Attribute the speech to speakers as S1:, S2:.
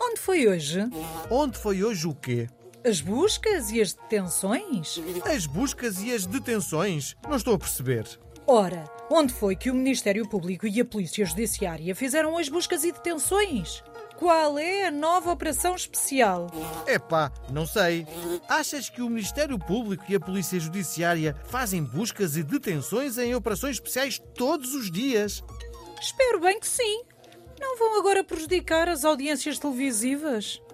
S1: Onde foi hoje?
S2: Onde foi hoje o quê?
S1: As buscas e as detenções?
S2: As buscas e as detenções? Não estou a perceber.
S1: Ora, onde foi que o Ministério Público e a Polícia Judiciária fizeram as buscas e detenções? Qual é a nova operação especial?
S2: Epá, não sei. Achas que o Ministério Público e a Polícia Judiciária fazem buscas e detenções em operações especiais todos os dias?
S1: Espero bem que sim. Não vão agora prejudicar as audiências televisivas?